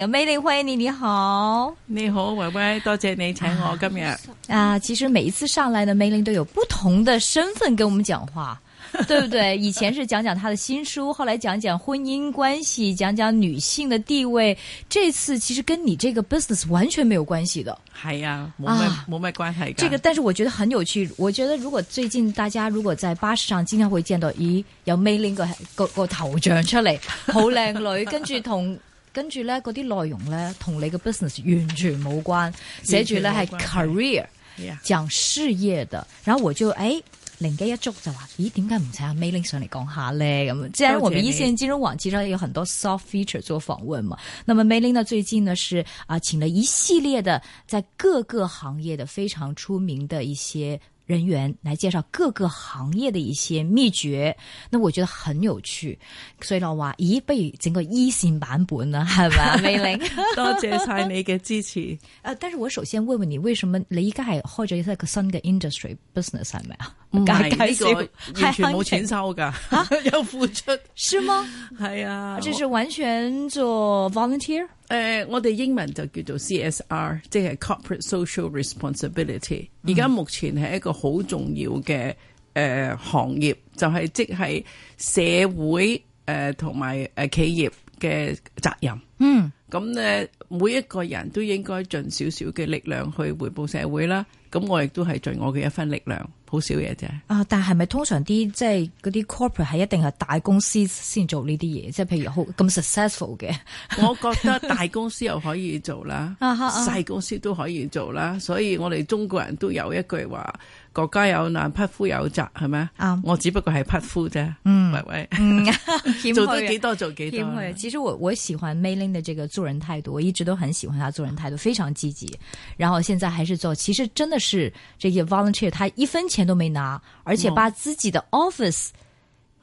有魅力，欢迎你，你好。你好，維維，多謝你請我今日。啊，其实每一次上来呢，梅林都有不同的身份跟我们讲话，对不 对？以前是讲讲她的新书，后来讲讲婚姻关系，讲讲女性的地位。这次其实跟你这个 business 完全没有关系的。係啊，冇咩啊冇咩關係㗎。这个，但是我觉得很有趣。我觉得如果最近大家如果在巴士上经常会见到，咦，有 Mayling 个个个头像出嚟，好靚 女，跟住同。跟住咧，嗰啲內容咧，同你嘅 business 完全冇關，寫住咧係完全冇關 career 係啊講事業的。然後我就誒靈機一觸就話：咦，點解唔請阿 Mayling 上嚟講下咧？咁，既然我們一線金融網其實有很多 soft feature 做訪問嘛，那么 Mayling 呢最近呢是啊、请了一系列的在各个行业的非常出名的一些。人员来介绍各个行业的一些秘诀，那我觉得很有趣，所以我話：咦，不如整個一線版本啦，係咪啊 Mayling？多謝晒你嘅支持。呃，但是我首先問問你，為什麼你依家係開咗一個新嘅 industry business 係咪啊？ 唔係介介紹呢個完全冇錢，收㗎， 有付出。是嗎？係啊，這啊是完全做 volunteer 誒、呃我哋英文就叫做 CSR，即係 Corporate Social Responsibility。而家目前係一個好重要嘅誒、呃行業，就係、即係社會誒同埋誒企業嘅責任。嗯，咁咧每一個人都應該盡少少嘅力量去回報社會啦。咁我亦都係盡我嘅一分力量，好少嘢啫。啊？但係咪通常啲即係嗰啲 corporate 係一定係大公司先做呢啲嘢？即係譬如好咁 successful 嘅， 我覺得大公司又可以做啦， 啊哈啊細公司都可以做啦，所以我哋中國人都有一句話：國家有難，匹夫有責，係咪？啱我只不過係匹夫啫，嗯，喂 喂，謙做虛得啊幾多做幾因多。为其实我我喜欢 Maylin 的这个做人态度，我一直都很喜欢她做人态度，非常积极。然后现在还是做，其实真的是这些 volunteer，她一分钱都没拿，而且把自己的 office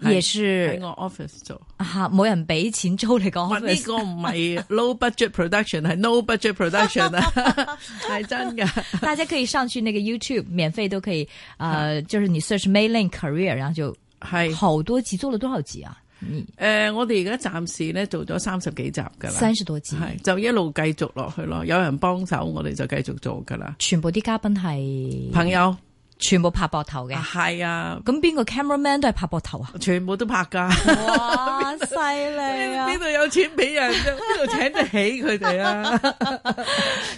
嗯也喺是我 office 做，啊冇人俾錢租你個哇！呢 office，個唔係 low budget production，係 no budget production 啊， 係真㗎。大家可以上去那个 YouTube 免费都可以，呃，就是你 search Maylin career，然后就係誒、好多集，做了多少集啊？你我哋而家暫時咧做咗三十幾集㗎啦三，十多集，係就一路繼續落去咯。有人幫手，我哋就繼續做㗎啦。全部啲嘉賓係朋 友。全部拍膊頭嘅，係啊，咁邊個 cameraman 都係拍膊頭啊？全部都拍㗎。哇， 犀利哦啊邊！度有錢俾人啫？邊度請得起佢 哋啊？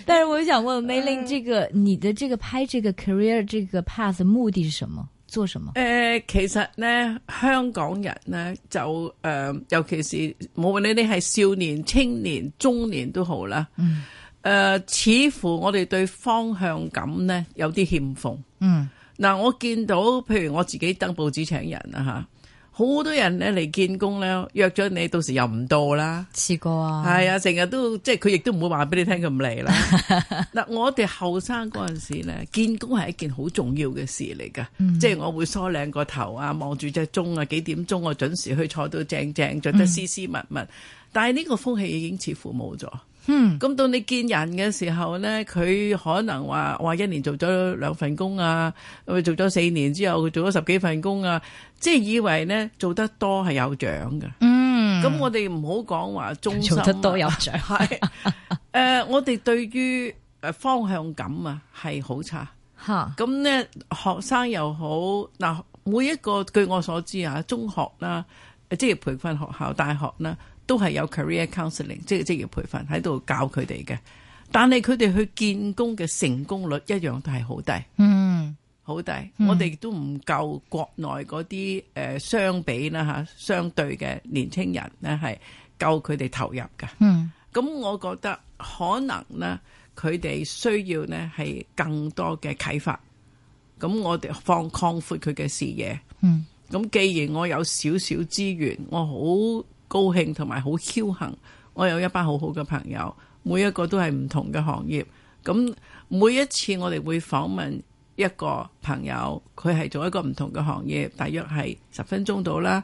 但是我想问梅林，这个你的这个拍这个 career 这个 path 的目的是什么？做什么？誒、其實咧，香港人咧就誒、呃尤其是無論你哋係少年、青年、中年都好啦。嗯。誒、似乎我哋對方向感咧有啲欠奉。嗯嗱，我見到譬如我自己登報紙請人啊嚇，好多人咧嚟見工咧，約咗你，到時又唔到啦。試過啊，係啊，成日都即係佢亦都唔會話俾你聽佢唔嚟 啦。嗱，我哋後生嗰陣時咧，見工係一件好重要嘅事嚟㗎，嗯即係我會梳靚個頭啊，望住隻鐘啊，幾點鐘我準時去坐到正正，嗯着得斯斯文文。但係呢個風氣已經似乎冇咗。嗯咁到你見人嘅時候咧，佢可能話話一年做咗兩份工啊，佢做咗四年之後，佢做咗十幾份工啊，即係以為咧做得多係有獎㗎。嗯，咁我哋唔好講話中心做啊得多有獎 係誒、呃我哋對於誒方向感啊係好差。吓，咁咧學生又好嗱，每一個據我所知啊，中學啦、誒職業培訓學校、大學啦，都係有 career counselling，即係職業培訓喺度教佢哋嘅。但係佢哋去見工嘅成功率一樣都係好低。嗯好低，我哋都唔夠國內嗰啲誒相比啦嚇，相對嘅年青人咧係夠佢哋投入嘅。嗯咁我覺得可能呢，佢哋需要呢係更多嘅啟發。咁我哋放擴闊佢嘅視野。嗯咁既然我有少少資源，我好高興同埋好僥倖，我有一班好好嘅朋友，每一個都係唔同嘅行業。咁每一次我哋會訪問一個朋友，佢係做一個唔同嘅行業，大約係十分鐘到啦。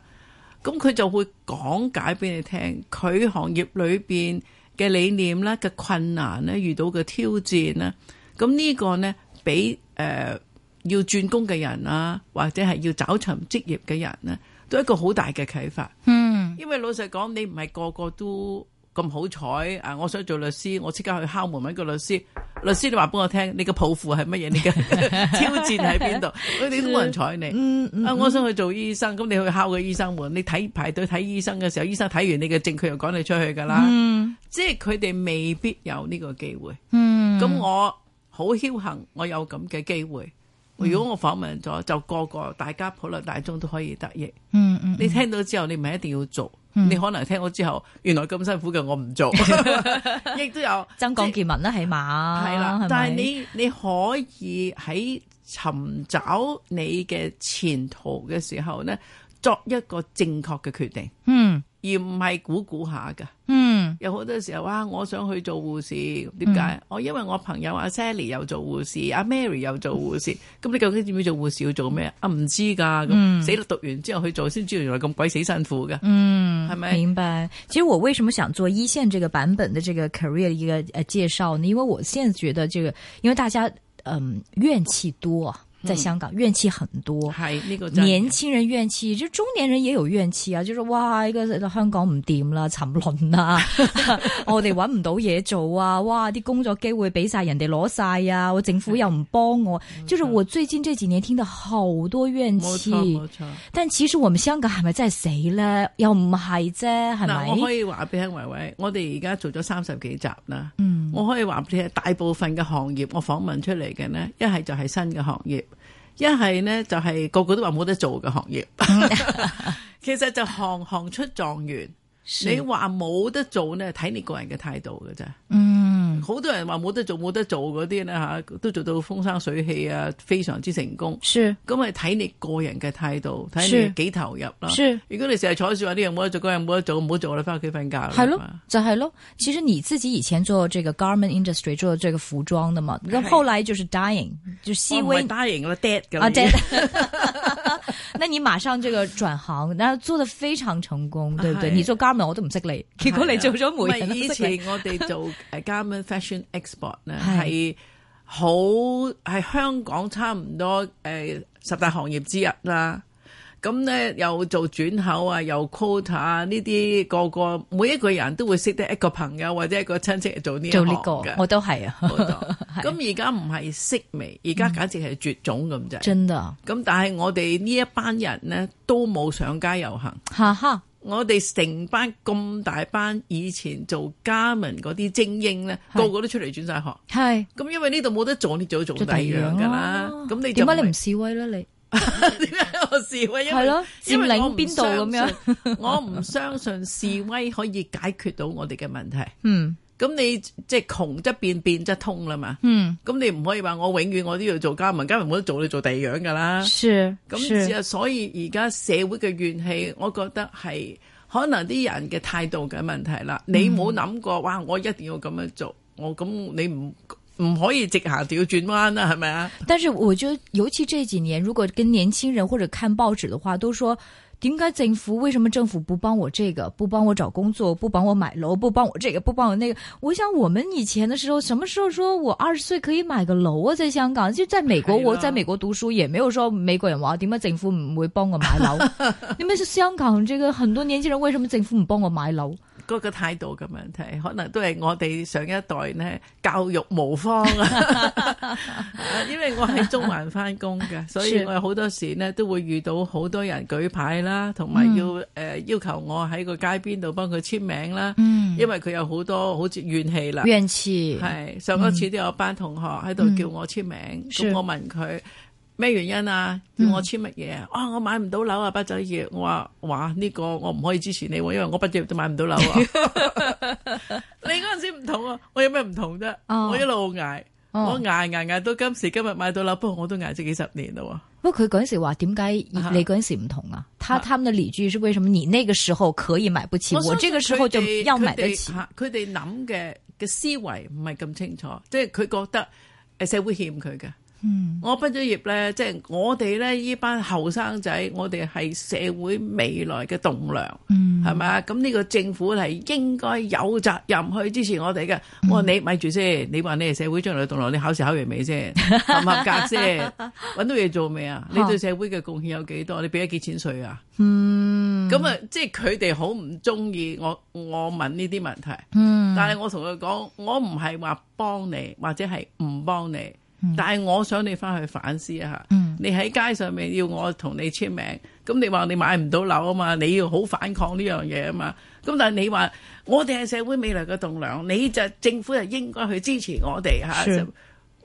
咁佢就會講解俾你聽，佢行業裏邊嘅理念啦、嘅困難咧、遇到嘅挑戰啦。咁呢個呢，俾誒、呃要轉工嘅人啊，或者係要找尋職業啊嘅人呢，都一個好大嘅啟發。嗯因為老實講，你唔係個個都咁好彩啊！我想做律師，我即刻去敲門揾個律師。律師你話俾我聽，你嘅抱負係乜嘢？ 你嘅挑戰喺邊度？佢哋都冇人睬你。嗯嗯，啊！我想去做醫生，咁你去敲個醫生門，你睇排隊睇醫生嘅時候，醫生睇完你嘅證，佢又趕你出去噶啦。嗯即係佢哋未必有呢個機會。嗯，咁、我好僥幸，我有咁嘅機會。如果我訪問咗，就個個大家普羅大眾都可以得益。嗯嗯，你聽到之後，你唔係一定要做，你可能聽到之後，原來咁辛苦嘅我唔 做， 亦都有增廣見聞啦，起碼係係啦啊咪。但係你你可以喺尋找你嘅前途嘅時候呢，作一個正確嘅決定，嗯而唔係估估下㗎。嗯有好多時候哇，我想去做護士，點解？我、因為我朋友阿 Sally 又做護士，阿 Mary 又做護士，咁你究竟知唔知做護士要做咩啊？唔知㗎，咁、死啦！讀完之後去做先知道，原來咁鬼死辛苦㗎，嗯，係咪、明白。其實我為什麼想做一線這個版本的這個 career 的一個呃介紹呢？因為我現在覺得這個，因為大家嗯怨氣多啊，在香港、怨氣很多。係呢、個真嘅年輕人怨氣，就中年人也有怨氣啊！就是哇，呢個香港唔掂啦，沉淪啊， 我哋揾唔到嘢做啊，哇，啲工作機會俾晒人哋攞晒啊，我政府又唔幫我，就是我最近這幾年聽到好多怨冇錯氣冇。錯。但其實我們香港係咪真係死咧？又唔係啫，係嗱，我可咪？以話俾你聽，維維，我哋而家做咗三十幾集啦。嗯我可以話俾你聽，大部分嘅行業我訪問出嚟嘅呢，一係就係新嘅行業，一係呢就係、個個都話冇得做嘅行業。 其實就行行出狀元。你話冇得做呢，睇你個人嘅態度嘅啫。嗯好多人話冇得做冇得做嗰啲呢，嚇，都做到風生水起啊，非常之成功。是咁咪睇你個人嘅態度，睇是你幾投入啦。是如果你成日坐住話呢樣冇得做，嗰樣冇得做，唔好做啦，翻屋企瞓覺啦。係係咯嘛，就係咯。其實你自己以前做這個 garment industry 做這個服裝的嘛，咁係後來就是 dying，就我細唔微係打贏啦，dead 㗎啦啊，已經 对。 那你馬上這個轉行，然後做得非常成功，對不對？係你做 garment 我都唔識你，結果你做咗媒哎唔係人以都識你前我哋做誒 garment fashion export 咧，係係好係香港差唔多誒十大行業之一啦。咁咧又做轉口啊，又 quota 啊，呢啲個個每一個人都會識得一個朋友或者一個親戚係做呢一做行呢個，嘅。我都係啊，好多咁而家唔係式微，而家簡直係絕種咁滯。真的，啊咁但係我哋呢一班人呢，都冇上街遊行。哈哈，我哋成班咁大班以前做家文嗰啲精英咧，係個個都出嚟轉晒學。係咁因為呢度冇得做，你就要做做第第二二樣樣㗎啦。咯咁你就點解你唔係示威咧？你 點解我示威？因為係咯因為佔領我唔邊度咁樣相信？ 我唔相信示威可以解決到我哋嘅問題。嗯咁你即係窮則變，變則通啦嘛。嗯，咁你唔可以話我永遠我都要做家文，家文冇得做，你做第二樣㗎啦。是啊咁是只係所以而家社會嘅怨氣，我覺得係可能啲人嘅態度嘅問題啦。嗯你冇諗過，哇！我一定要咁樣做，我咁你唔唔可以直行就要轉彎啦，係咪啊？但是我覺得，尤其這幾年，如果跟年輕人或者看報紙的話，都說點解政府為什麼政府不幫我這個，不幫我找工作，不帮我买楼，不帮我这个，不帮我那个？我想我们以前的时候，什么时候说我二十岁可以买个楼啊？在香港，就在美国，係啦我在美国读书也没有说美国人话点解政府唔会帮我买楼。你们是香港这个很多年輕人，為什麼政府唔幫我買樓？嗰個態度嘅問題，可能都係我哋上一代呢教育無方啊。 因為我喺中環翻工嘅，所以是我有好多時呢都會遇到好多人舉牌啦，同埋嗯要誒、呃要求我喺個街邊度幫佢簽名啦。嗯，因為佢有好多好似怨氣啦。怨氣係上嗰次都有班同學喺度叫我簽名，咁、嗯是嗯我問佢咩原因啊？叫我簽乜嘢啊？啊、我買唔到樓啊，畢咗業。我話哇，呢、個我唔可以支持你喎，因為我畢咗業都買唔到 樓啊。你嗰陣時唔同啊，我有咩唔同啫？哦我一路捱，哦我捱捱捱到今時今日買到樓，不過我都捱咗幾十年啦喎。不過佢嗰陣時話點解你嗰陣時唔同啊？他他們的理據是為什麼你那個時候可以買不起，我相信這個時候就佢哋要買得起佢哋？啊嚇佢哋諗嘅嘅思維唔係咁清楚，即係佢覺得誒社會欠佢嘅。嗯，我畢咗業咧，即係我哋咧呢班後生仔，我哋係社會未來嘅棟梁，嗯係咪啊？咁呢個政府係應該有責任去支持我哋嘅。嗯我話你咪住先，你話你係社會將來嘅棟梁，你考試考完 未先，合唔合格先，揾到嘢做未啊？你對社會嘅貢獻有幾多？你俾咗幾錢稅啊？嗯咁啊，即係佢哋好唔中意我我問呢啲問題，嗯但係我同佢講，我唔係話幫你或者係唔幫你，但係我想你翻去反思一下。嗯你喺街上面要我同你簽名，咁你話你買唔到樓啊嘛，你要好反抗呢樣嘢啊嘛。咁但係你話我哋係社會未來嘅棟梁，你就政府就應該去支持我哋是嚇。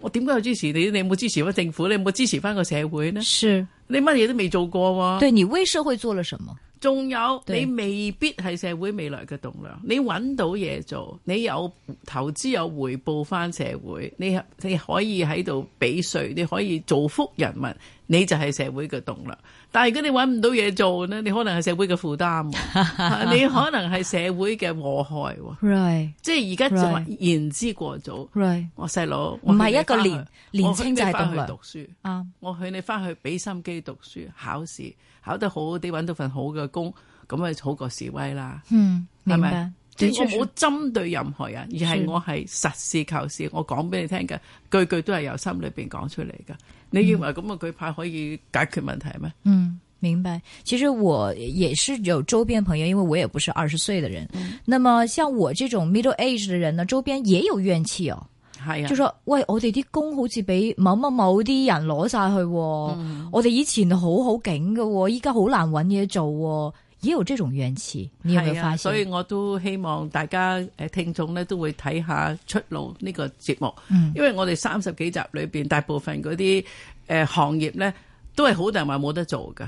我點解要支持你？你有冇支持翻政府？你有冇支持翻個社會呢？是，你乜嘢都未做過喎、對你為社會做了什麼？仲有對你未必係社會未來嘅棟梁，你揾到嘢做，你有投資有回報翻社會，你你可以喺度俾税，你可以造福人民，你就係社會嘅棟梁。但係如果你揾唔到嘢做呢，你可能係社會嘅負 擔喎，啊你可能係社會嘅禍害喎。 Right 即係而家就話 Right 言之過早。 right 我細佬唔係我勸你一個返去年年青就係棟梁我勸你返去讀書。啊，我勸你翻去俾心機讀書、考試，考得好好啲，揾到份好嘅工，咁啊好過示威啦。嗯，係明咪白，對即係確我是冇針對任何人，而是係我係實事求是，我講俾你聽嘅，句句都係由心裏邊講出嚟嘅。你認為咁嘅舉牌可以解決問題咩？嗯，明白。其实我也是有周边朋友，因为我也不是二十岁的人。嗯那么像我这种 middle age 的人呢，周边也有怨气哦，係就啊，说喂，我哋啲工好似俾某某某啲人攞晒去喎，嗯我哋以前好好景嘅喎，依家好難揾嘢做喎，也有这種怨氣。你有冇係啊，發所現？以我都希望大家誒聽眾咧都會睇下出路呢個節目。嗯因為我哋三十幾集裏邊，大部分嗰啲誒行業咧，都係好多人話冇得做噶。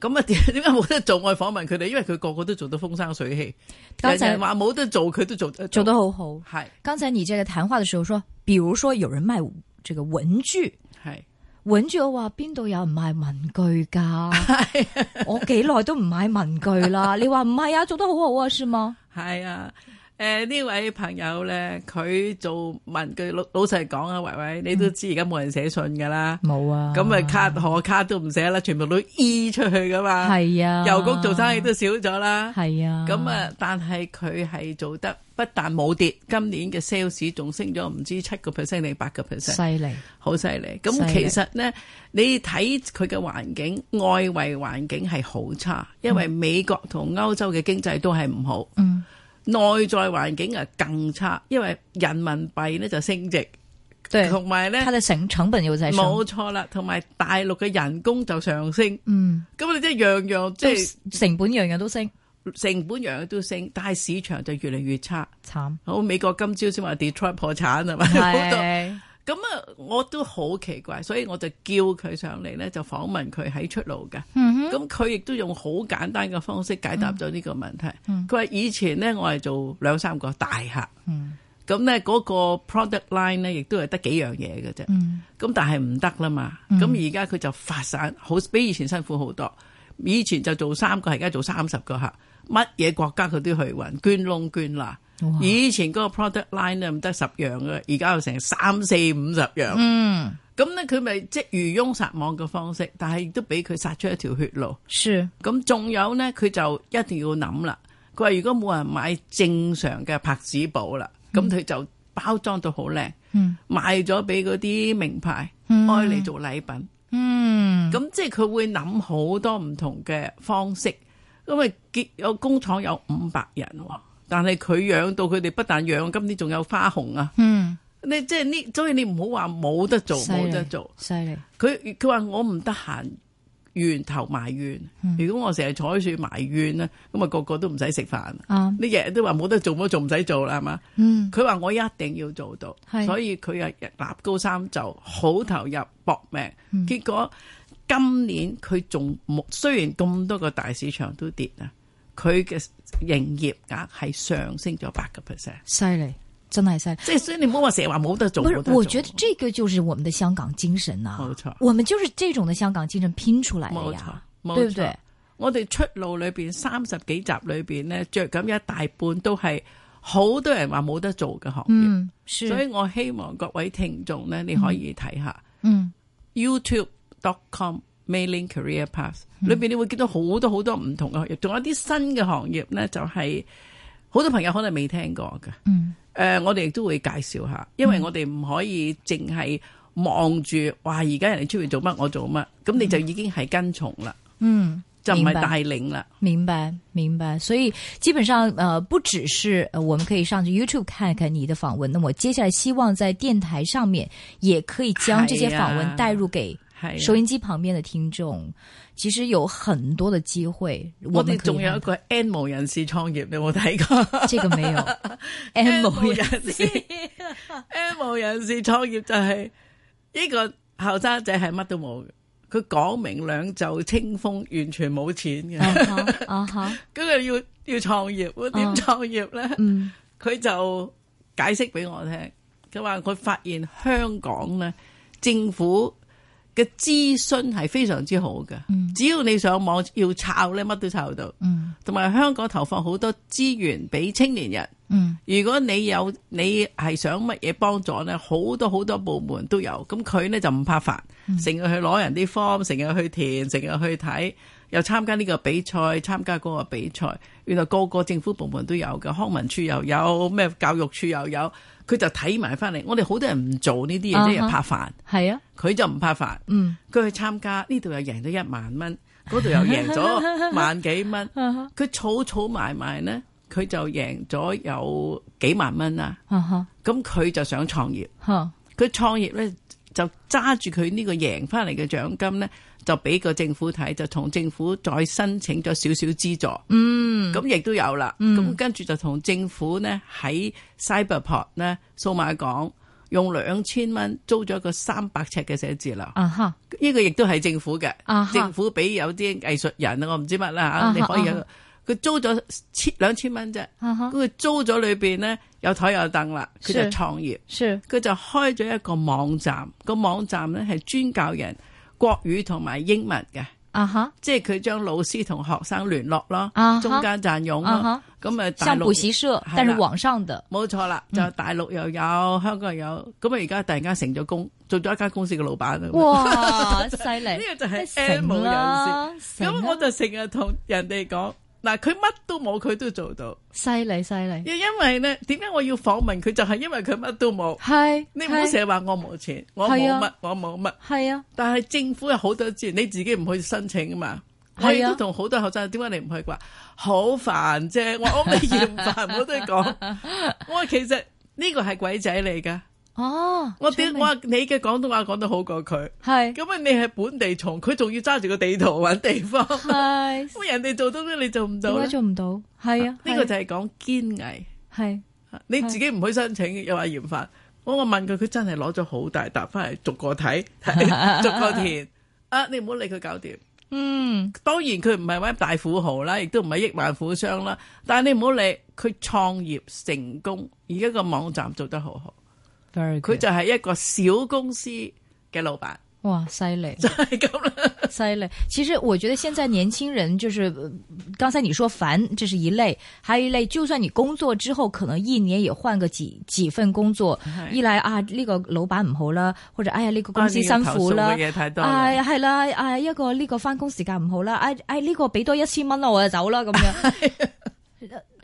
咁啊，點 點解冇得做？我去訪問佢哋，因為佢個個都做到風生水起，剛人才人話冇得做，佢都做得做得好好。係剛才你這個談話的時候說，比如說有人賣這個文具。係揾住我話邊度有人賣文具噶？我幾耐都唔買文具 啦。你話唔係啊？做得好好啊，是嗎？係啊！誒呢、位朋友咧，佢做文具老老實講啊，維維你都知而家冇人寫信㗎啦，冇啊咁啊卡賀卡都唔寫啦，全部都 E 出去㗎嘛，係啊，郵局做生意都少咗啦，係啊，咁啊，但係佢係做得不但冇跌，今年嘅 sales 仲升咗唔知七個 percent 定八個 percent，犀利，好犀利。犀利咁其實呢，你睇佢嘅環境，外圍環境係好差，因為美國同歐洲嘅經濟都係唔好，嗯內在環境啊更差，因為人民幣呢就升值，對，同埋呢它的成成本又在上，冇錯啦，同埋大陸嘅人工就上升，嗯，咁你即係樣樣即都係成本樣樣都升，成本樣樣都升，但係市場就越嚟越差。慘好，美國今朝先話 Detroit 破產係咪？ 好多係咁啊，我都好奇怪，所以我就叫佢上嚟咧，就訪問佢喺出路嘅。嗯咁佢亦都用好簡單嘅方式解答咗呢個問題。佢話、以前咧，我係做兩三個大客，嗯咁咧嗰個 product line 咧，亦都係得幾樣嘢嘅啫。嗯咁但係唔得啦嘛。咁而家佢就發散，好比以前辛苦好多。以前就做三個，而家做三十個客，乜嘢國家佢都去揾，捐窿捐罅。哇以前嗰個 product line 咧唔得十樣嘅，而家有成三四五十樣。嗯，咁咧佢咪即係漁翁撒網嘅方式，但係亦都俾佢殺出一條血路。是咁仲有呢，佢就一定要諗啦。佢話如果冇人買正常嘅拍子簿啦，咁佢就包裝到好靚，嗯賣咗俾嗰啲名牌，嗯愛嚟做禮品。嗯咁即係佢會諗好多唔同嘅方式，因為結有工廠有五百人喎，但係佢養到佢哋不但養，今年仲有花紅啊！嗯，你即係呢，所以你唔好話冇得做，犀利冇得做。犀利，佢佢話我唔得閒源頭埋怨，嗯如果我成日坐喺處埋怨咧，咁啊個個都唔使食飯啦。啱，你日日都話冇得做，冇得做唔使做啦，係嘛？啊嗯佢話我一定要做到係，所以佢啊立高三就好投入搏命，嗯結果今年佢仲冇，雖然咁多個大市場都跌啊，佢嘅營業額係上升咗八個 percent，犀利，真係犀利。即係所以你唔好話成日話冇得做，不冇是得，做我覺得這個就是我們的香港精神呐、冇錯我們就是這種的香港精神拼出來的冇哎錯呀，，冇對不錯對？我哋出路裏邊三十幾集裏邊咧，着緊一大半都係好多人話冇得做嘅行業，嗯，是，所以我希望各位聽眾咧，你可以睇下嗯 YouTube.com Mailing Career Path 嗯裏邊，你會見到好多好多唔同嘅行業，仲有一啲新嘅行業咧，就係好多朋友可能未聽過嘅。嗯誒、我哋亦都會介紹下，因為我哋唔可以淨係望住，哇！而家人哋出去做乜，我做乜，咁你就已經係跟從啦，嗯，就唔明係白帶領啦。明白，明白。所以基本上，呃，不只是呃我们可以上去 YouTube 看看你的访问，那么接下来希望在电台上面也可以将这些访哎问呀带入给係啊收音机旁边的听众。其实有很多的机会，我我们哋可以仲有一個 N 無人士創業，你有冇睇 過这个没有哎 M 無人士？N 無人士創業就係呢個後生仔係乜都冇嘅，佢講明兩袖清風，完全冇錢啊嘅，哈啊哈，咁佢要要創業，我點哦創業咧？嗯佢就解釋俾我聽，佢話佢發現香港咧政府嘅諮詢係非常之好嘅，只要你上網要抄咧，乜都抄到，嗯同埋香港投放好多資源俾青年人。嗯如果你有你係想乜嘢幫助咧，好多好多部門都有，咁佢咧就唔怕煩，嗯成日去攞人啲 form，成日去填，成日去睇，又參加呢個比賽，參加嗰個比賽，原來個個政府部門都有嘅，康文署又有，咩教育署又有，佢就睇埋翻嚟。我哋好多人唔做呢啲啊嘢，哈即係怕煩，系啊，佢就唔怕煩，嗯佢去參加呢度又贏咗一萬蚊，嗰度又贏咗萬幾蚊。啊哈佢儲儲埋埋咧，佢就贏咗有幾萬蚊啦。啊哈咁佢就想創業，哈，佢創業咧就揸住佢呢個贏翻嚟嘅獎金咧，就俾個政府睇，就同政府再申請咗少少資助。嗯，咁亦都有啦。咁、跟住就同政府咧喺 Cyberport 咧數碼港用兩千蚊租咗一個三百尺嘅寫字樓。啊哈呢個亦都係政府嘅啊哈政府俾有啲藝術人啊，我唔知乜啦啊哈嚇，你可以啊佢租咗千兩千蚊啫，啊哈咁，佢租咗裏邊咧有台有凳啦，佢就是創業，是佢就開咗一個網站，個網站咧係專教人國語同埋英文嘅，啊哈即係佢將老師同學生聯絡咯，啊哈中間賺佣啊咯，哈，咁啊大像補陸習社，係但是啦网上的，冇錯啦，嗯就大陸又有香港又有，咁啊而家突然間成咗工，做咗一間公司嘅老闆啊， 哇，犀呢利！個就係 M 成無人士。啦，咁我就成日同人哋講，嗱佢乜都冇，佢都做到。犀利犀利，因因為咧，點解我要訪問佢？就係因為佢乜都冇。係你唔好成日話我冇錢，我冇係啊乜，我冇乜。係啊，但係政府有好多資源，你自己唔去申請啊嘛。係啊我亦都同好多後生，點解你唔去？佢話好煩啫，我話我咪 嫌煩，我都講。我話其實呢個係鬼仔嚟噶。哦，我聰點我明話你嘅廣東話講得好過佢。係咁啊，你係本地蟲，佢仲要揸住個地圖揾地 方。係咁人哋做到嘅，你 做唔到點啦解。做唔到？係啊，呢個就係講堅毅，係你自己唔去申請又話嫌煩。我我問佢，佢真係攞咗好大沓翻嚟，逐 個睇，睇逐個填。啊，你唔好理佢搞掂。嗯當然佢唔係位大富豪啦，亦都唔係億萬富商啦。但係你唔好理佢創業成功，而家個網站做得好好。 ，very 佢 good，就係一個小公司嘅老闆，哇，犀利。就係咁啦。 犀利，其实我觉得现在年轻人就是，呃刚才你说烦，这是一类，还有一类，就算你工作之后，可能一年也换个几几份工作，一来啊呢、個个老板唔好啦，或者哎呀呢、個个公司辛苦啦啊， 你要投訴嘅嘢太多啦。唉，係啦，唉，一個呢個翻工時間唔好啦，唉唉，呢、個俾多一千蚊啦，我就走啦咁 樣。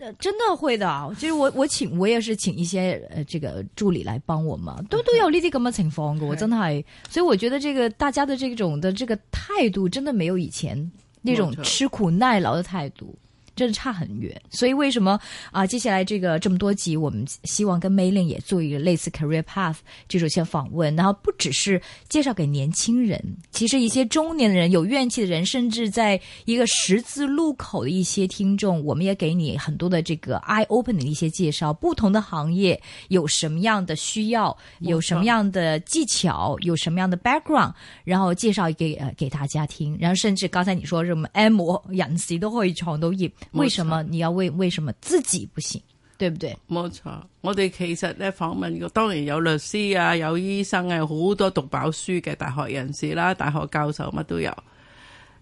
呃真的會的，其實我我請我也是請一些呃這個助理來幫我嘛，都都有呢啲咁嘅情況嘅，真係。所以我覺得這個大家的這種的這個態度，真的沒有以前那種冇錯吃苦耐勞的態度。真的差很遠，所以為什麼啊？接下來這個這麼多集，我們希望跟 Mayling 也做一個類似 Career Path 这种像訪問，然後不只是介紹給年輕人，其實一些中年的人、有怨氣的人，甚至在一個十字路口的一些聽眾，我們也給你很多的這個 eye open 的一些介紹，不同的行業有什麼樣的需要，有什麼樣的技巧，有什麼樣的 background，然後介紹給呃給大家聽，然後甚至剛才你說什麼 M 人士都可以創到業，冇錯為什麼你要為為什麼自己不行，對不對？冇錯，我哋其實咧訪問過，當然有律師啊，有醫生啊，有好多讀飽書嘅大學人士啦、大學教授乜都有。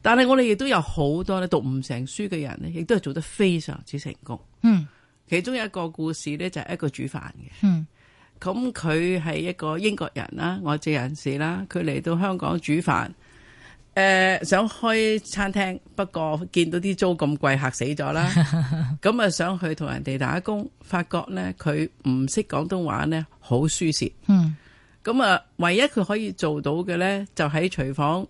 但係我哋亦都有好多咧讀唔成書嘅人咧，亦都係做得非常之成功。嗯，其中有一個故事咧，就係一個煮飯嘅。嗯，咁佢係一個英國人啦，外籍人士啦，佢嚟到香港煮飯，诶、想開餐廳，不過見到啲租咁貴，嚇死咗啦。咁啊，想去同人哋打工，發覺咧佢唔識廣東話咧，好輸蝕。嗯，咁啊，唯一佢可以做到嘅咧，就喺廚房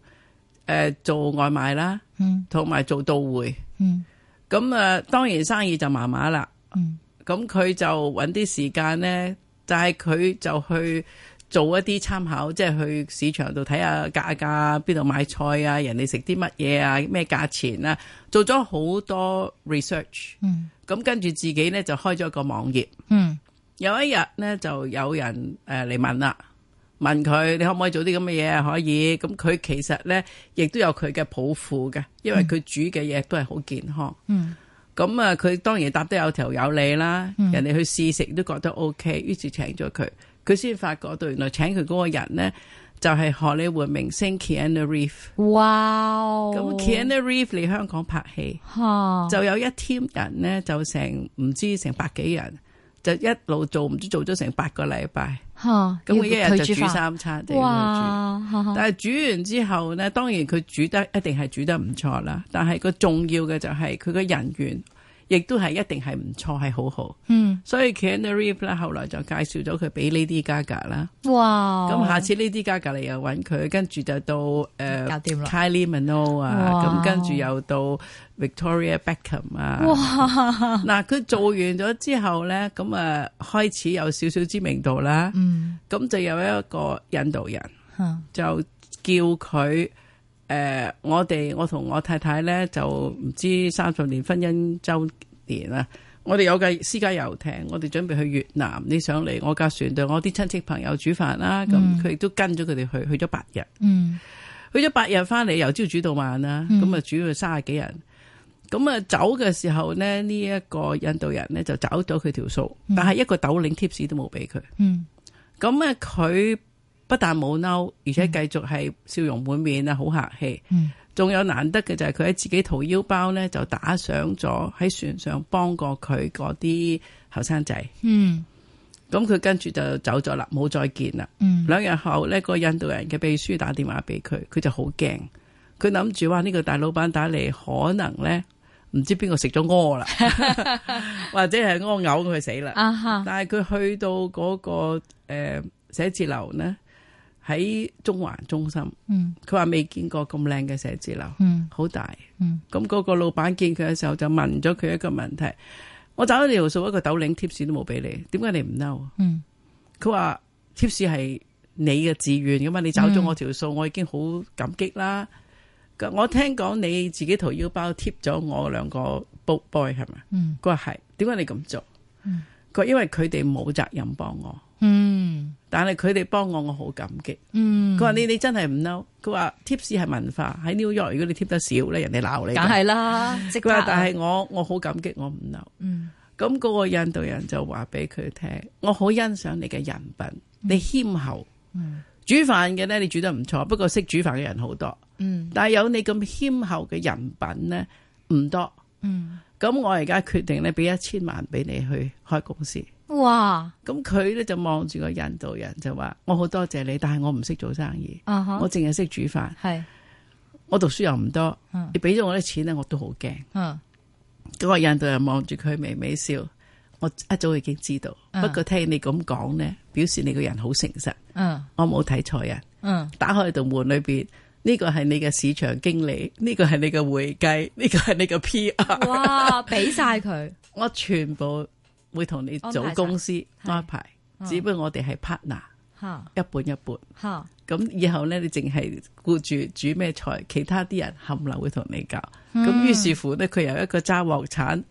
诶、誒做外賣啦，嗯，同埋做到會。嗯，咁啊，當然生意就麻麻啦。嗯，咁佢就揾啲時間呢，就係佢就去做一啲參考，即係去市場度睇下價格啊，邊度買菜啊，人哋食啲乜嘢啊，咩價錢啊，做咗好多 research。嗯，咁跟住自己呢，就開咗個網頁。嗯，有一日呢，就有人誒嚟問啦，問佢你可唔可以做啲咁嘅嘢啊？可以。咁佢其實呢，亦都有佢嘅抱負嘅，因為佢煮嘅嘢都係好健康。嗯，咁啊，佢當然答得有條有理啦，人哋去試食都覺得 O K，於是請咗佢，佢先發覺到原來請佢嗰個人呢，就係荷里活明星 Keanu Reeves。哇哦，咁 Keanu Reeves 嚟香港拍戲，吓，就有一 team 人呢，就成唔知成百幾人，就一路做唔知做咗成八個禮拜，吓，咁佢一要佢日就煮飯，三餐，就要佢煮。哇，哈哈但係煮完之後呢，當然佢煮得一定係煮得唔錯啦。但係個重要嘅就係佢嘅人緣，亦都係一定係唔錯，係好好。嗯，所以 Keanu Reeves 咧，後來就介紹咗佢俾 Lady Gaga 啦。哇，咁、下次 Lady Gaga 你又揾佢，跟住就到誒、呃搞掂啦 Kylie Minogue 哇啊，咁跟住又到 Victoria Beckham 啊。哇，嗱，佢做完咗之後咧，咁啊開始有少少知名度啦。嗯，咁就有一個印度人。吓，就叫佢誒、呃我哋我同我太太咧就唔知三十年婚姻周年啦。我哋有架私家遊艇，我哋準備去越南。你上嚟我架船度，我啲親戚朋友煮飯啦，咁佢亦都跟咗佢哋去，去咗八日，嗯，去咗八日翻嚟，由朝煮到晚啦，咁啊、煮咗三十幾人。咁啊走嘅時候呢，呢、一個印度人呢就找咗佢條數，但係一個斗領 tips 都冇俾佢。嗯，咁啊，佢不但冇嬲，而且繼續係笑容滿面啊，好客氣。嗯，仲有難得嘅就係佢喺自己掏腰包咧，就打賞咗喺船上幫過佢嗰啲後生仔。嗯，咁佢跟住就走咗啦，冇再見啦。嗯，兩日後呢個印度人嘅秘書打電話俾佢，佢就好驚。佢諗住話呢個大老闆打嚟，可能呢唔知邊個食咗 屙啦，或者係屙嘔佢死啦。啊哈，但係佢去到嗰、個诶写、寫字樓呢，喺中環中心，嗯，佢話未見過咁靚嘅寫字樓，嗯，好大。嗯，咁嗰個老闆見佢嘅時候就問咗佢一個問題：我找咗你條數，一個斗領貼士都冇俾你，點解你唔嬲？啊嗯，佢話貼士係你嘅志願噶嘛，你找嗯咗我條數，我已經好感激啦。咁我聽講你自己掏腰包貼咗我兩個 book boy 係咪？嗯，佢話係，點解你咁做？佢話因為佢哋冇責任幫我，嗯，但係佢哋幫我，我好感激。嗯佢，話你你真係唔嬲，佢話 tips 係文化喺 New York，如果你 tip 得少咧，人哋鬧你㗎。梗係啦，即刻佢話啊，但係我我好感激，我唔嬲。嗯，咁嗰個印度人就話俾佢聽，我好欣賞你嘅人嗯品，你謙厚。煮飯嘅咧，你煮得唔錯，不過識煮飯嘅人好多。嗯，但係有你咁謙厚嘅人品咧，唔多。嗯，咁我而家決定咧，俾一千萬俾你去開公司。哇，咁佢咧就望住個印度人就話：我好多謝你，但係我唔識做生意，啊哈我，淨係識煮飯，係，我讀書又唔多嗯，你俾咗我啲錢咧，我都好驚。嗯，嗰個印度人望住佢微微笑，我一早已經知道，嗯不過聽你咁講呢，表示你個人好誠實，嗯，我冇睇錯人。嗯，打開道門裏邊，呢個係你嘅市場經理，呢個係你嘅會計，呢個係你嘅 P.R.，哇，俾晒佢， 我全部會同你組公司安排，只不過我哋係 partner，吓一半一半。吓，咁以後呢，你淨係顧住煮咩菜，其他啲人冚流會同你搞。嗯咁於是乎呢，佢由一個揸鑊鏟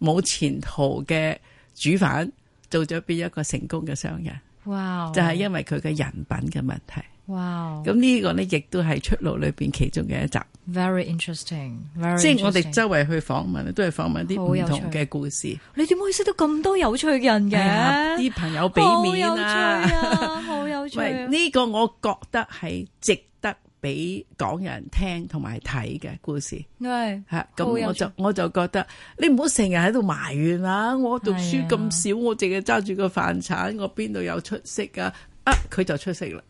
冇前途嘅煮飯，做咗變一個成功嘅商人，哇，就係因為佢嘅人品嘅問題。哇咁呢個呢，亦都係出路裏邊其中嘅一集。 ，very interesting，very，即係我哋周圍去訪問，都係訪問啲唔同嘅故事。你點可以識到咁多有趣嘅人哎呀嘅？啲朋友俾好有面啊趣啦。啊，好有趣啊喂，呢個我覺得係值得俾港人聽同埋睇嘅故事。係吓好咁有我趣就我就覺得你唔好成日喺度埋怨啦，我讀係啊書咁少，我淨係揸住個飯鏟，我邊度有出息啊？啊，佢就出息啦。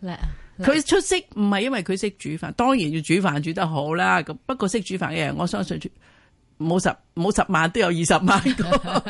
叻啊！叻佢出色唔係因為佢識煮飯，當然要煮飯煮得好啦。咁不過識煮飯嘅人，我相信煮冇十冇十萬都有二十萬 個，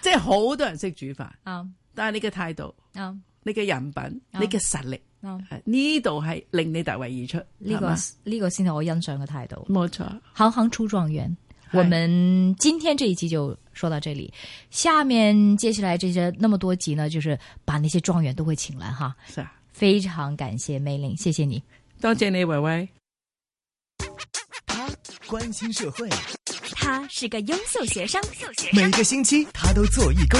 即係好多人識煮飯。啱但係你嘅態度、啱你嘅人品、啱你嘅實力，啱，呢度係令你突圍而出。呢係嘛個呢個先係我欣賞嘅態度。冇錯，行行出狀元。嗨我们今天这一集就说到这里，下面接下来这些那么多集呢，就是把那些状元都会请来哈。是啊非常感谢 Mayling，谢谢你。多謝你，維維。关心社会，他是个优秀学生。每个星期他都做义工，